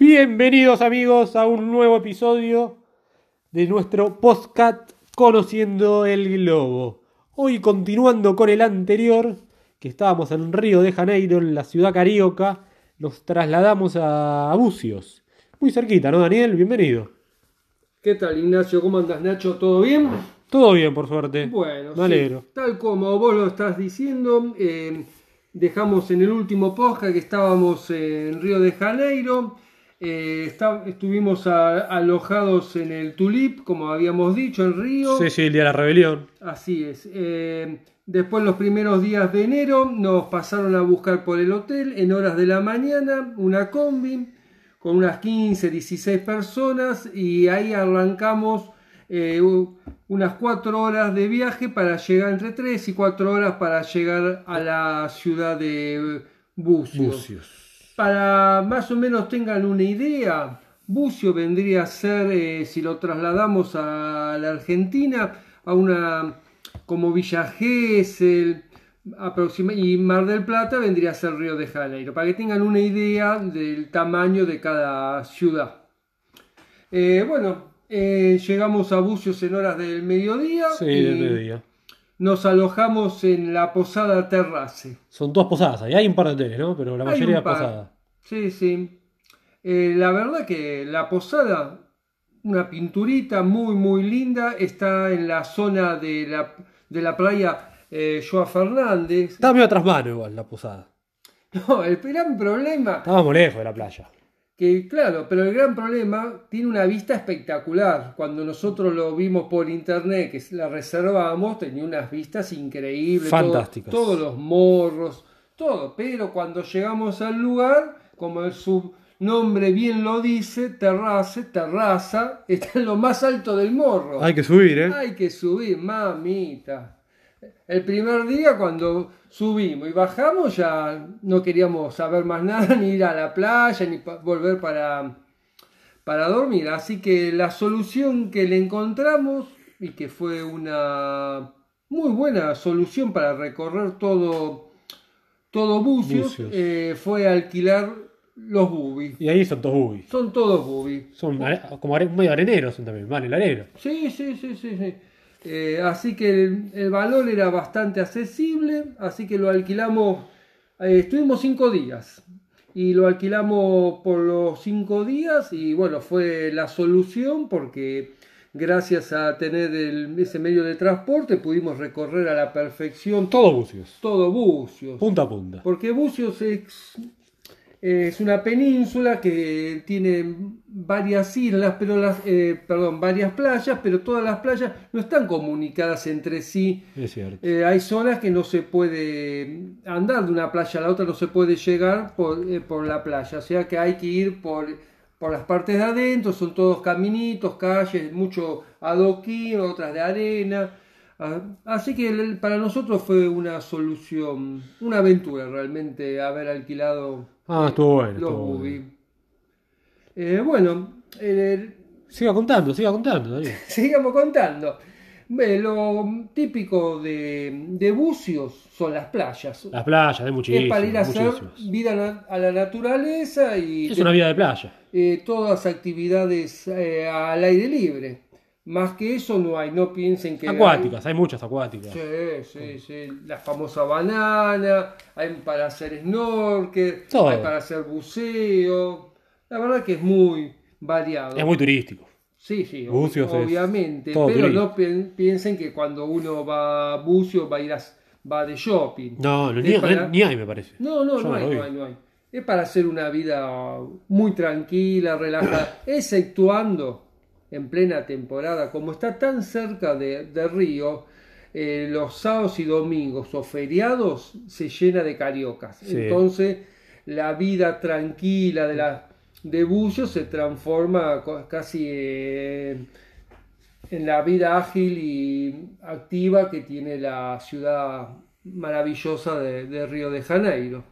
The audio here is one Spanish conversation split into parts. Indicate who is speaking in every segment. Speaker 1: Bienvenidos amigos a un nuevo episodio de nuestro podcast Conociendo el Globo. Hoy continuando con el anterior, que estábamos en Río de Janeiro, en la ciudad carioca, nos trasladamos a Bucios. Muy cerquita, ¿no, Daniel? Bienvenido.
Speaker 2: ¿Qué tal, Ignacio? ¿Cómo andas, Nacho? ¿Todo bien?
Speaker 1: Todo bien, por suerte.
Speaker 2: Bueno,
Speaker 1: Me alegro.
Speaker 2: sí, tal como vos lo estás diciendo, eh, dejamos en el último podcast que estábamos eh, en Río de Janeiro. eh, está- estuvimos a- alojados en el Tulip, como habíamos dicho, en Río.
Speaker 1: Sí, sí, el día de la rebelión.
Speaker 2: Así es. Eh, después los primeros días de enero nos pasaron a buscar por el hotel en horas de la mañana una combi con unas 15, 16 personas y ahí arrancamos eh, u- unas 4 horas de viaje para llegar entre 3 y 4 horas para llegar a la ciudad de Bucios. Para más o menos tengan una idea, Bucio vendría a ser, eh, si lo trasladamos a la Argentina, a una como Villa Gesell aproxima- y Mar del Plata vendría a ser Río de Janeiro, para que tengan una idea del tamaño de cada ciudad. Eh, bueno, eh, llegamos a Bucios en horas del mediodía
Speaker 1: Sí,
Speaker 2: y
Speaker 1: del mediodía.
Speaker 2: nos alojamos en la Posada Terrace.
Speaker 1: Son dos posadas ahí. Hay un par de hoteles, ¿no? Pero la
Speaker 2: Hay
Speaker 1: mayoría
Speaker 2: un
Speaker 1: es
Speaker 2: par.
Speaker 1: posada.
Speaker 2: Sí, sí. Eh, la verdad que la posada, una pinturita muy, muy linda, está en la zona de la, de la playa eh, Joa Fernández.
Speaker 1: Estaba medio atrás mano igual la posada.
Speaker 2: No, el gran problema,
Speaker 1: Estábamos lejos de la playa.
Speaker 2: que claro, pero el gran problema tiene una vista espectacular. Cuando nosotros lo vimos por internet, que la reservamos, tenía unas vistas increíbles. todo-
Speaker 1: Fantásticas.
Speaker 2: todos los morros, todo. Pero cuando llegamos al lugar, como el subnombre bien lo dice, terrace, terraza, está en lo más alto del morro.
Speaker 1: Hay que subir, ¿eh?
Speaker 2: Hay que subir, mamita. El primer día cuando subimos y bajamos ya no queríamos saber más nada, ni ir a la playa, ni pa- volver para, para dormir. Así que la solución que le encontramos y que fue una muy buena solución para recorrer todo, todo Bucios,
Speaker 1: Bucios.
Speaker 2: eh, fue alquilar los bubis.
Speaker 1: Y ahí son todos bubis.
Speaker 2: Son todos bubis.
Speaker 1: Son are- como are- medio areneros son también, van el arenero.
Speaker 2: Sí, sí, sí, sí. sí. Eh, así que el, el valor era bastante accesible, así que lo alquilamos, eh, estuvimos cinco días y lo alquilamos por los cinco días y bueno, fue la solución porque gracias a tener el- ese medio de transporte pudimos recorrer a la perfección
Speaker 1: Todos bucios.
Speaker 2: todo Bucios.
Speaker 1: Punta a punta.
Speaker 2: Porque Bucios es, es una península que tiene varias islas, pero las, eh, perdón, varias playas, pero todas las playas no están comunicadas entre sí.
Speaker 1: Es cierto.
Speaker 2: Eh, hay zonas que no se puede andar de una playa a la otra, no se puede llegar por, eh, por la playa, o sea que hay que ir por, por las partes de adentro, son todos caminitos, calles, mucho adoquín, otras de arena. Ah, Así que el- para nosotros fue una solución, una aventura realmente haber alquilado
Speaker 1: Ah, estuvo bueno.
Speaker 2: los
Speaker 1: Estuvo bueno.
Speaker 2: Ubi. Eh, bueno, el-
Speaker 1: Siga contando, siga contando, Daniel.
Speaker 2: Sigamos contando. Ve, Lo típico de, de Bucios son las playas.
Speaker 1: Las playas, hay
Speaker 2: es para ir a
Speaker 1: muchísimas.
Speaker 2: hacer
Speaker 1: muchísimas.
Speaker 2: vida na- a la naturaleza y
Speaker 1: Es
Speaker 2: te-
Speaker 1: una vida de playa.
Speaker 2: eh, todas actividades eh, al aire libre. Más que eso no hay, no piensen que...
Speaker 1: Acuáticas, hay muchas acuáticas.
Speaker 2: Sí, sí, sí. La famosa banana, hay para hacer snorkel,
Speaker 1: Todo.
Speaker 2: hay para hacer buceo. La verdad que es muy variado.
Speaker 1: Es muy turístico.
Speaker 2: Sí, sí, ob-
Speaker 1: Bucios es
Speaker 2: obviamente,
Speaker 1: todo
Speaker 2: pero
Speaker 1: turismo.
Speaker 2: no pi- piensen que cuando uno va a Bucio va a ir a, s- va de shopping.
Speaker 1: No, no,
Speaker 2: Es
Speaker 1: ni,
Speaker 2: para-
Speaker 1: ni hay, me parece.
Speaker 2: No, no,
Speaker 1: Yo
Speaker 2: no
Speaker 1: no
Speaker 2: hay,
Speaker 1: lo vi.
Speaker 2: no hay, no hay. Es para hacer una vida muy tranquila, relajada, exceptuando en plena temporada, como está tan cerca de, de Río, eh, los sábados y domingos o feriados se llena de cariocas.
Speaker 1: Sí.
Speaker 2: Entonces, la vida tranquila de la de Bullo se transforma co- casi en, en la vida ágil y activa que tiene la ciudad maravillosa de, de Río de Janeiro.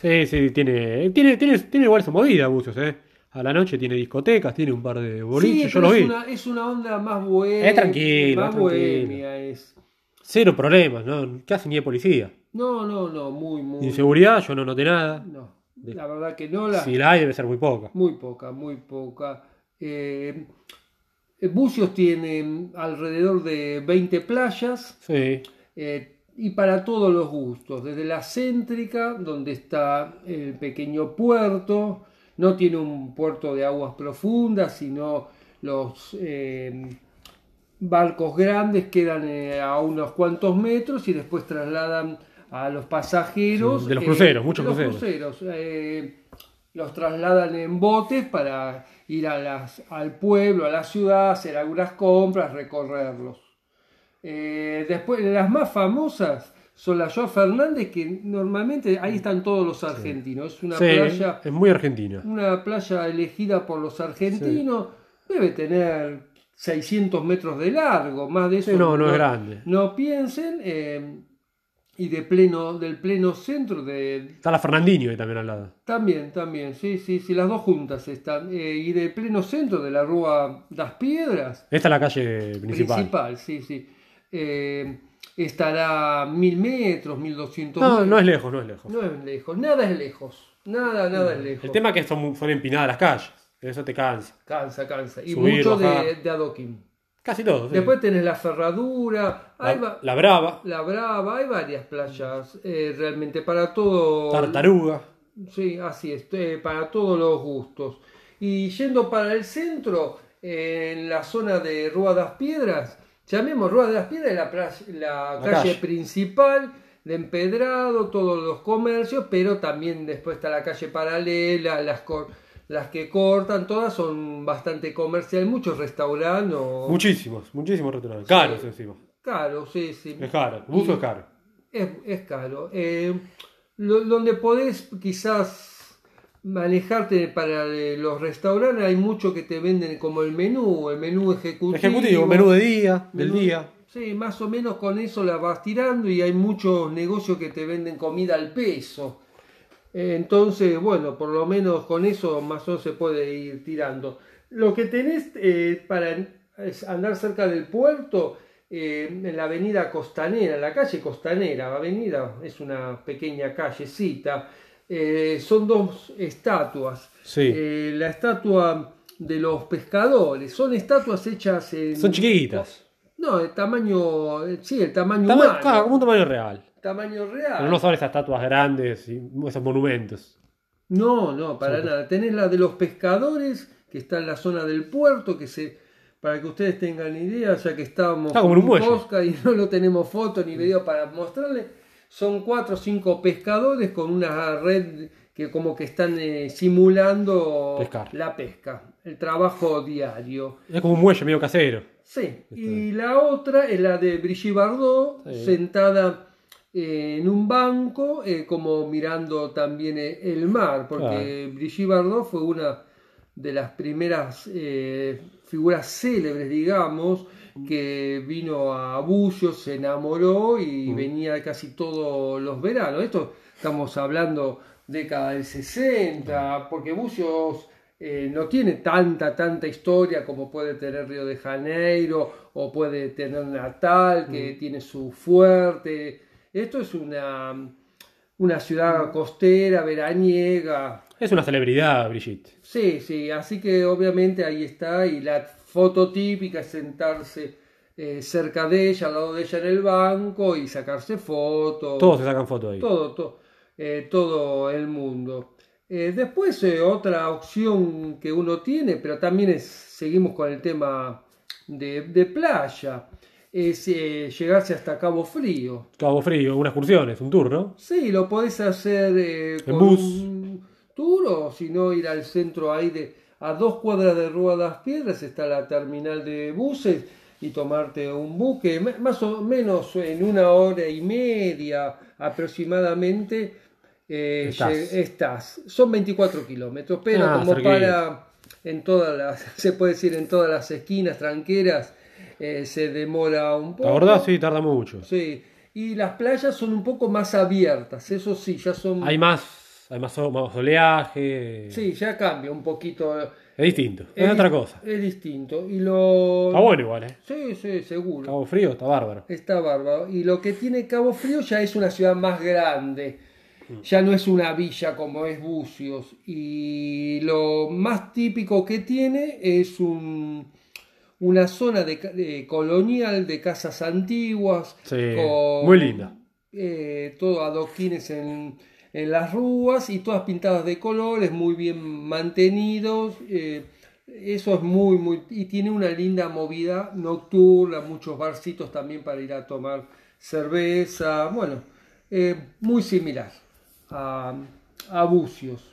Speaker 1: Sí, sí, tiene, tiene, tiene, tiene igual su movida, Bucios, ¿eh? A la noche tiene discotecas, tiene un par de boliches,
Speaker 2: Sí,
Speaker 1: yo
Speaker 2: pero
Speaker 1: lo
Speaker 2: es
Speaker 1: vi.
Speaker 2: Una, es una onda más bohemia.
Speaker 1: Es tranquilo,
Speaker 2: Más
Speaker 1: es tranquilo.
Speaker 2: bohemia es.
Speaker 1: Cero problemas, ¿no? Casi ni de policía.
Speaker 2: No, no, no, muy, muy.
Speaker 1: Inseguridad, yo no noté nada.
Speaker 2: No.
Speaker 1: De-
Speaker 2: La verdad que no, la,
Speaker 1: Si la hay, debe ser muy poca.
Speaker 2: muy poca, muy poca. Eh, Bucios tiene alrededor de 20 playas.
Speaker 1: Sí.
Speaker 2: Eh, y para todos los gustos, desde la céntrica, donde está el pequeño puerto, no tiene un puerto de aguas profundas, sino los eh, barcos grandes quedan eh, a unos cuantos metros y después trasladan a los pasajeros. eh,
Speaker 1: Sí, de los cruceros, muchos
Speaker 2: los
Speaker 1: cruceros.
Speaker 2: eh, los trasladan en botes para ir a las- al pueblo, a la ciudad, hacer algunas compras, recorrerlos. Eh, después, las más famosas son la Joa Fernández, que normalmente ahí están todos los argentinos. Es una
Speaker 1: Mm. Sí,
Speaker 2: playa,
Speaker 1: es muy argentina.
Speaker 2: una playa elegida por los argentinos. Debe tener 600 metros de largo, más de eso.
Speaker 1: Sí, no, no es grande.
Speaker 2: No piensen. eh, y de pleno, del pleno centro de,
Speaker 1: Está la Fernandinho ahí también al lado.
Speaker 2: también, también, sí, sí, sí, las dos juntas están. Eh, y de pleno centro de la Rúa Las Piedras,
Speaker 1: Esta es la calle principal.
Speaker 2: principal, sí, sí. Eh, estará mil metros, mil doscientos
Speaker 1: No, no es lejos, no es lejos.
Speaker 2: No es lejos, nada es lejos, nada, nada es lejos.
Speaker 1: El tema es que son, muy- son empinadas las calles. Eso te cansa.
Speaker 2: Cansa, cansa. Y
Speaker 1: Subir,
Speaker 2: mucho de,
Speaker 1: bajar.
Speaker 2: de adoquín.
Speaker 1: Casi todo. sí.
Speaker 2: Después tenés la ferradura, ahí
Speaker 1: la,
Speaker 2: va-
Speaker 1: la Brava,
Speaker 2: la Brava, hay varias playas eh, realmente para todo.
Speaker 1: Tartaruga.
Speaker 2: Sí, así es, eh, para todos los gustos. Y yendo para el centro, eh, en la zona de Rúa das Piedras, llamemos Rúa das Piedras la, plas- la
Speaker 1: La
Speaker 2: calle,
Speaker 1: calle.
Speaker 2: principal de empedrado, todos los comercios, pero también después está la calle paralela, las, cor- las que cortan, todas son bastante comerciales, muchos restaurantes. o-
Speaker 1: Muchísimos, muchísimos restaurantes. Caros encima.
Speaker 2: Caro, sí, sí.
Speaker 1: Es caro. Buzo es caro.
Speaker 2: Es, es caro. Eh, lo- donde podés quizás manejarte para eh, los restaurantes, hay mucho que te venden como el menú, el menú ejecutivo.
Speaker 1: Ejecutivo, menú de día, del
Speaker 2: Menú-
Speaker 1: día.
Speaker 2: Sí, más o menos con eso la vas tirando y hay muchos negocios que te venden comida al peso. Eh, Entonces, bueno, por lo menos con eso más o menos se puede ir tirando. Lo que tenés eh, para en- es andar cerca del puerto, eh, en la avenida Costanera, la calle Costanera, avenida es una pequeña callecita, eh, son dos estatuas.
Speaker 1: Sí.
Speaker 2: Eh, la estatua de los pescadores, son estatuas hechas en...
Speaker 1: Son chiquitas.
Speaker 2: No, el tamaño, eh, sí, el tamaño
Speaker 1: Tama-
Speaker 2: humano,
Speaker 1: claro, como un tamaño real.
Speaker 2: tamaño real.
Speaker 1: Pero no son esas estatuas grandes y esos monumentos.
Speaker 2: No, no, para nada. Tenés la de los pescadores, que está en la zona del puerto, que se, para que ustedes tengan idea, ya que estábamos
Speaker 1: Está como en un
Speaker 2: con
Speaker 1: muelle.
Speaker 2: Posca y no lo tenemos foto ni video para mostrarles, son cuatro o cinco pescadores con una red que como que están eh, simulando
Speaker 1: Pescar.
Speaker 2: la pesca, el trabajo diario.
Speaker 1: Es como un muelle medio casero.
Speaker 2: Sí, y la otra es la de Brigitte Bardot,
Speaker 1: Sí.
Speaker 2: sentada eh, en un banco, eh, como mirando también eh, el mar, porque Brigitte Bardot fue una de las primeras eh, figuras célebres, digamos, que vino a Bullo, se enamoró y venía casi todos los veranos. Esto estamos hablando década del 60, porque Bucios eh, no tiene tanta, tanta historia como puede tener Río de Janeiro o puede tener Natal, que tiene su fuerte. Esto es una, una ciudad costera, veraniega.
Speaker 1: Es una celebridad, Brigitte.
Speaker 2: Sí, sí, así que obviamente ahí está. Y la foto típica es sentarse eh, cerca de ella, al lado de ella en el banco y sacarse fotos.
Speaker 1: Todos se sacan fotos ahí.
Speaker 2: Todo, to- eh, todo el mundo. Eh, después eh, otra opción que uno tiene, pero también es, seguimos con el tema de, de playa, es eh, llegarse hasta Cabo Frío.
Speaker 1: Cabo Frío, unas excursiones, un tour, ¿no?
Speaker 2: Sí, lo podés hacer eh,
Speaker 1: En
Speaker 2: con
Speaker 1: bus.
Speaker 2: un tour o si no ir al centro ahí de a dos cuadras de Rúa das Piedras está la terminal de buses y tomarte un bus que ma- más o menos en una hora y media aproximadamente eh,
Speaker 1: Estás.
Speaker 2: lle- estás. Son 24 kilómetros, pero
Speaker 1: Ah,
Speaker 2: como
Speaker 1: cerquita.
Speaker 2: para en todas las, se puede decir en todas las esquinas tranqueras, eh, se demora un
Speaker 1: La
Speaker 2: poco.
Speaker 1: verdad, sí, tarda mucho.
Speaker 2: Sí, y las playas son un poco más abiertas, eso sí, ya son...
Speaker 1: Hay más, hay más, so- más oleaje.
Speaker 2: Sí, Eh, ya cambia un poquito.
Speaker 1: Es distinto. Es, otra
Speaker 2: di-
Speaker 1: cosa.
Speaker 2: Es distinto. Y lo...
Speaker 1: Está bueno igual, ¿eh?
Speaker 2: Sí, sí, seguro.
Speaker 1: Cabo Frío está bárbaro.
Speaker 2: Está bárbaro. Y lo que tiene Cabo Frío ya es una ciudad más grande.
Speaker 1: Mm.
Speaker 2: Ya no es una villa como es Bucios. Y lo más típico que tiene es un, una zona de, de colonial de casas antiguas.
Speaker 1: Sí,
Speaker 2: con,
Speaker 1: muy linda.
Speaker 2: eh, todo adoquines en, en las rúas y todas pintadas de colores, muy bien mantenidos. eh, eso es muy, muy. Y tiene una linda movida nocturna, muchos barcitos también para ir a tomar cerveza. Bueno, eh, muy similar a, a Bucios.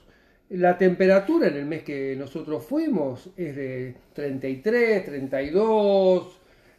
Speaker 2: La temperatura en el mes que nosotros fuimos es de 33, 32.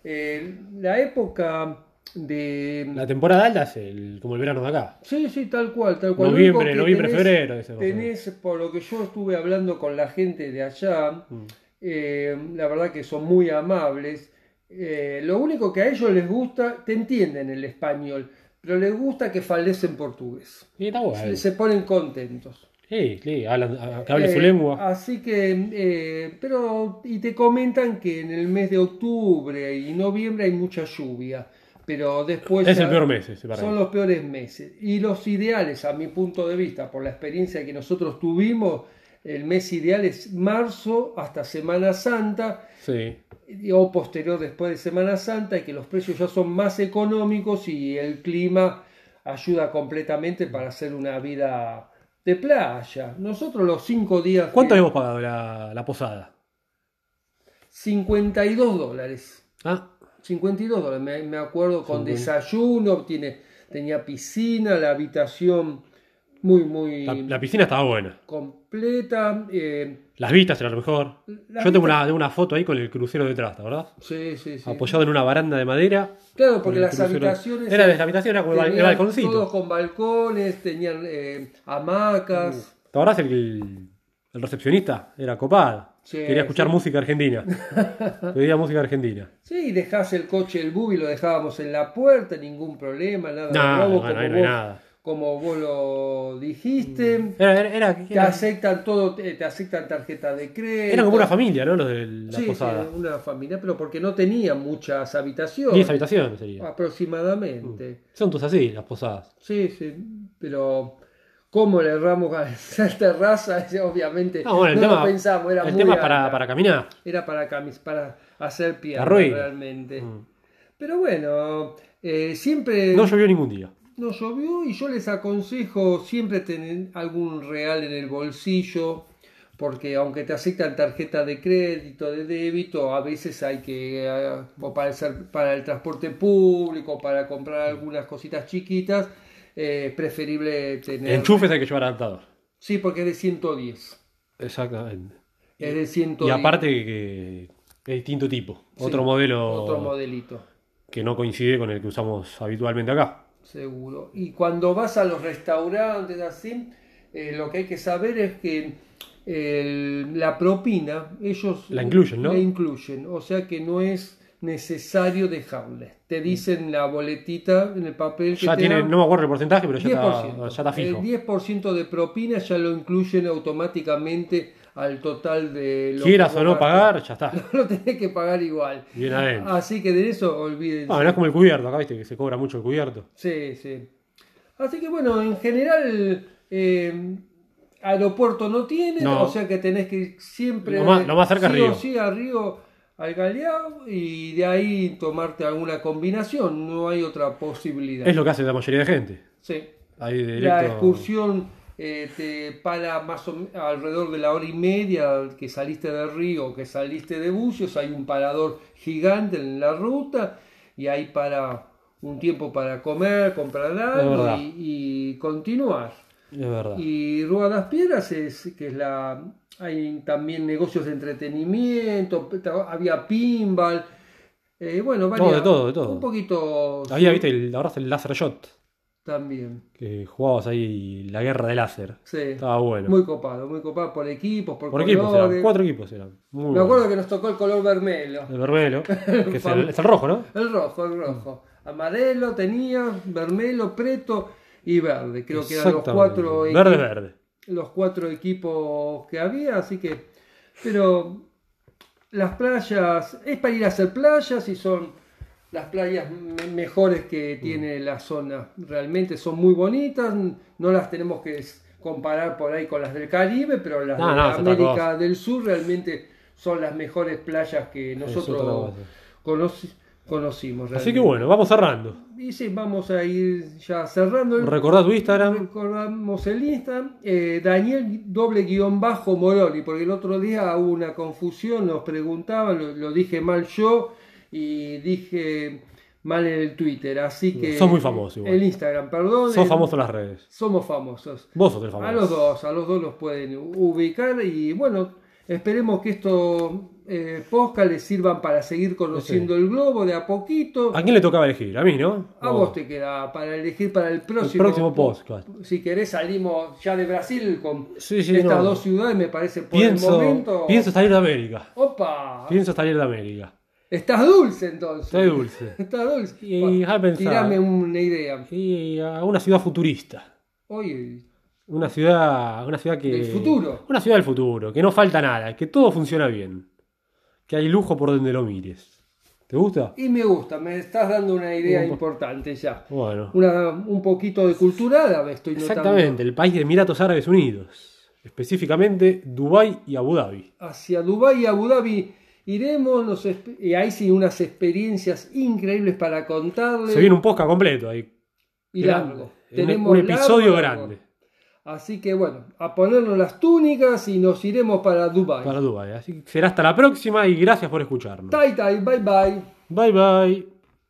Speaker 2: eh, la época de.
Speaker 1: La temporada alta es el- como el verano de acá.
Speaker 2: Sí, sí, tal cual, tal cual. Lo
Speaker 1: Noviembre,
Speaker 2: único que
Speaker 1: noviembre, febrero, ese más o menos.
Speaker 2: Tenés, por lo que yo estuve hablando con la gente de allá,
Speaker 1: Mm.
Speaker 2: eh, la verdad que son muy amables. Eh, lo único que a ellos les gusta, te entienden el español, pero les gusta que fales en portugués.
Speaker 1: Y está bueno.
Speaker 2: Se, se ponen contentos.
Speaker 1: Sí, sí, hablan- a- que hable su
Speaker 2: Eh,
Speaker 1: lengua.
Speaker 2: Así que, eh, pero, y te comentan que en el mes de octubre y noviembre hay mucha lluvia, pero después...
Speaker 1: es
Speaker 2: pues ya-
Speaker 1: el peor mes ese para
Speaker 2: son
Speaker 1: mí.
Speaker 2: los peores meses. Y los ideales, a mi punto de vista, por la experiencia que nosotros tuvimos, el mes ideal es marzo hasta Semana Santa
Speaker 1: Sí.
Speaker 2: eh, o posterior después de Semana Santa y que los precios ya son más económicos y el clima ayuda completamente para hacer una vida de playa. Nosotros los cinco días...
Speaker 1: ¿Cuánto
Speaker 2: que-
Speaker 1: habíamos pagado la, la posada?
Speaker 2: 52 dólares.
Speaker 1: Ah,
Speaker 2: 52 dólares, me, me acuerdo, con
Speaker 1: 50.
Speaker 2: desayuno, tiene, tenía piscina, la habitación muy, muy
Speaker 1: la, la piscina estaba buena.
Speaker 2: completa. eh,
Speaker 1: Las vistas eran lo mejor.
Speaker 2: La
Speaker 1: Yo tengo
Speaker 2: vista-
Speaker 1: una, tengo una foto ahí con el crucero detrás, ¿te ¿verdad?
Speaker 2: sí, sí, sí.
Speaker 1: Apoyado en una baranda de madera.
Speaker 2: Claro, porque
Speaker 1: con el
Speaker 2: las
Speaker 1: crucero.
Speaker 2: habitaciones
Speaker 1: Era de la habitación, era como el bal- el
Speaker 2: tenían
Speaker 1: balconcito.
Speaker 2: Todos con balcones, tenían eh, hamacas.
Speaker 1: ¿Te acordás el, el recepcionista? Era copado.
Speaker 2: Sí,
Speaker 1: Quería escuchar
Speaker 2: sí.
Speaker 1: música argentina. Pedía música argentina.
Speaker 2: Sí, dejás el coche, el bubi, lo dejábamos en la puerta, ningún problema, nada de
Speaker 1: Nada,
Speaker 2: robo,
Speaker 1: bueno,
Speaker 2: como,
Speaker 1: ahí no hay
Speaker 2: vos,
Speaker 1: nada. Mm.
Speaker 2: como vos lo dijiste.
Speaker 1: Era, era, era-
Speaker 2: Te aceptan todo, te, te aceptan tarjeta de crédito.
Speaker 1: eran como una familia, ¿no? Los de la
Speaker 2: Sí, sí,
Speaker 1: posada.
Speaker 2: una familia, pero porque no tenía muchas habitaciones.
Speaker 1: 10 habitaciones
Speaker 2: Ah.
Speaker 1: sería.
Speaker 2: Aproximadamente.
Speaker 1: Son tus así, las posadas.
Speaker 2: Sí, sí, pero ¿cómo le erramos a esa terraza? Obviamente
Speaker 1: No, Ah, bueno, el
Speaker 2: no lo
Speaker 1: tema,
Speaker 2: pensamos, era
Speaker 1: el
Speaker 2: muy
Speaker 1: tema es para,
Speaker 2: alta.
Speaker 1: para caminar.
Speaker 2: Era para camis, para hacer pierna
Speaker 1: ruina.
Speaker 2: realmente.
Speaker 1: Mm.
Speaker 2: Pero bueno, eh, siempre
Speaker 1: No llovió ningún día.
Speaker 2: no llovió y yo les aconsejo siempre tener algún real en el bolsillo, porque aunque te aceptan tarjeta de crédito, de débito, a veces hay que, eh, o para el, ser- para el transporte público, para comprar algunas cositas chiquitas, eh, es preferible tener...
Speaker 1: Enchufes hay que llevar adaptador.
Speaker 2: Sí, porque es de 110.
Speaker 1: Exactamente.
Speaker 2: Es de 110.
Speaker 1: Y aparte que que es distinto tipo.
Speaker 2: Sí,
Speaker 1: Otro modelo
Speaker 2: Otro modelito.
Speaker 1: que no coincide con el que usamos habitualmente acá.
Speaker 2: Seguro. Y cuando vas a los restaurantes así, eh, lo que hay que saber es que el- la propina, ellos
Speaker 1: La incluyen, ¿no?
Speaker 2: la incluyen, o sea que no es necesario dejarles. Te dicen la boletita en el papel que
Speaker 1: Mm. Ya
Speaker 2: te
Speaker 1: tiene,
Speaker 2: dan,
Speaker 1: no me acuerdo el porcentaje, pero ya, está,
Speaker 2: 10%.
Speaker 1: ya está fijo.
Speaker 2: El 10% de propina ya lo incluyen automáticamente al total de lo
Speaker 1: Quieras
Speaker 2: que
Speaker 1: o no
Speaker 2: pagaste.
Speaker 1: pagar, ya está.
Speaker 2: Lo tenés que pagar igual.
Speaker 1: Bien adentro.
Speaker 2: Así que de eso olvídense.
Speaker 1: Ah, no es como el cubierto, acá viste que se cobra mucho el cubierto.
Speaker 2: Sí, sí. Así que bueno, en general, eh, aeropuerto no tiene,
Speaker 1: No.
Speaker 2: o sea que tenés que ir siempre
Speaker 1: Lo más- lo más cerca es
Speaker 2: sí
Speaker 1: Río.
Speaker 2: o sí a Río, al Galeao, y de ahí tomarte alguna combinación, no hay otra posibilidad.
Speaker 1: Es lo que hace la mayoría de gente.
Speaker 2: Sí.
Speaker 1: Ahí de
Speaker 2: La
Speaker 1: directo.
Speaker 2: excursión eh, te para más o me- alrededor de la hora y media que saliste de Río, que saliste de Bucios, hay un parador gigante en la ruta y ahí para un tiempo para comer, comprar algo
Speaker 1: verdad.
Speaker 2: y, y continuar.
Speaker 1: Es verdad.
Speaker 2: Y Rúa das Piedras es que es la hay también negocios de entretenimiento, había pinball, eh, bueno, varias-
Speaker 1: de todo, de todo.
Speaker 2: un poquito
Speaker 1: Había, viste, el, ahora el láser shot.
Speaker 2: también.
Speaker 1: Que jugabas ahí la guerra de láser.
Speaker 2: Sí.
Speaker 1: Estaba bueno.
Speaker 2: Muy copado, muy copado por equipos, por,
Speaker 1: Por
Speaker 2: colores.
Speaker 1: equipos eran, cuatro equipos eran. Muy
Speaker 2: Me
Speaker 1: bueno.
Speaker 2: acuerdo que nos tocó el color vermelho.
Speaker 1: El vermelo, que es el, es el rojo, ¿no?
Speaker 2: El rojo, el rojo. Amarelo tenía, vermelho, preto y verde. Creo que eran los
Speaker 1: Exactamente.
Speaker 2: cuatro, equi-
Speaker 1: Verde, verde.
Speaker 2: los cuatro equipos que había, así que. Pero las playas, es para ir a hacer playas y son las playas me- mejores que
Speaker 1: Mm.
Speaker 2: tiene la zona. Realmente son muy bonitas, no las tenemos que s- comparar por ahí con las del Caribe, pero las
Speaker 1: No,
Speaker 2: de
Speaker 1: no, es otra
Speaker 2: América
Speaker 1: cosa.
Speaker 2: del Sur realmente son las mejores playas que
Speaker 1: otra
Speaker 2: nosotros
Speaker 1: cosa.
Speaker 2: conoci- conocimos.
Speaker 1: Así que
Speaker 2: realmente.
Speaker 1: bueno, vamos cerrando.
Speaker 2: Y sí, vamos a ir ya cerrando. el-
Speaker 1: Recordá tu Instagram.
Speaker 2: Recordamos el Insta, eh, Daniel doble guión bajo Moroni, porque el otro día hubo una confusión, nos preguntaban, lo, lo dije mal yo y dije mal en el Twitter, así que...
Speaker 1: Sos muy famoso igual.
Speaker 2: El Instagram, perdón.
Speaker 1: Sos
Speaker 2: el-
Speaker 1: famoso en las redes.
Speaker 2: Somos famosos.
Speaker 1: Vos sos el
Speaker 2: A los
Speaker 1: famoso.
Speaker 2: dos, a los dos los pueden ubicar y bueno, esperemos que estos eh, podcasts les sirvan para seguir conociendo el globo de a poquito.
Speaker 1: ¿A quién le tocaba elegir? A mí, ¿no?
Speaker 2: A vos te queda para elegir para el
Speaker 1: El
Speaker 2: próximo,
Speaker 1: próximo podcast.
Speaker 2: si querés salimos ya de Brasil con
Speaker 1: Sí, sí,
Speaker 2: estas
Speaker 1: no.
Speaker 2: dos ciudades, me parece por el
Speaker 1: Pienso,
Speaker 2: momento.
Speaker 1: pienso salir de América.
Speaker 2: Opa,
Speaker 1: Pienso salir de América.
Speaker 2: estás dulce entonces.
Speaker 1: Estoy dulce.
Speaker 2: Estás dulce.
Speaker 1: Y
Speaker 2: Bueno,
Speaker 1: deja de pensar.
Speaker 2: tirame una idea.
Speaker 1: Y a una ciudad futurista.
Speaker 2: Oye,
Speaker 1: Una ciudad, una ciudad que...
Speaker 2: Del futuro.
Speaker 1: Una ciudad del futuro, que no falta nada, que todo funciona bien. Que hay lujo por donde lo mires. ¿Te gusta?
Speaker 2: y me gusta, me estás dando una idea
Speaker 1: Un po-
Speaker 2: importante ya.
Speaker 1: Bueno.
Speaker 2: Una, un poquito de culturada me estoy notando.
Speaker 1: Exactamente, el país de Emiratos Árabes Unidos. Específicamente Dubái y Abu Dhabi.
Speaker 2: hacia Dubái y Abu Dhabi iremos, nos esp- y ahí sí unas experiencias increíbles para contarles.
Speaker 1: Se viene un podcast completo ahí.
Speaker 2: y
Speaker 1: Gran-
Speaker 2: largo.
Speaker 1: un-
Speaker 2: Tenemos
Speaker 1: un
Speaker 2: largo,
Speaker 1: episodio
Speaker 2: largo.
Speaker 1: grande
Speaker 2: Así que bueno, a ponernos las túnicas y nos iremos para Dubai.
Speaker 1: para Dubái. Así que será hasta la próxima y gracias por escucharnos.
Speaker 2: Tai tai, bye bye.
Speaker 1: Bye bye.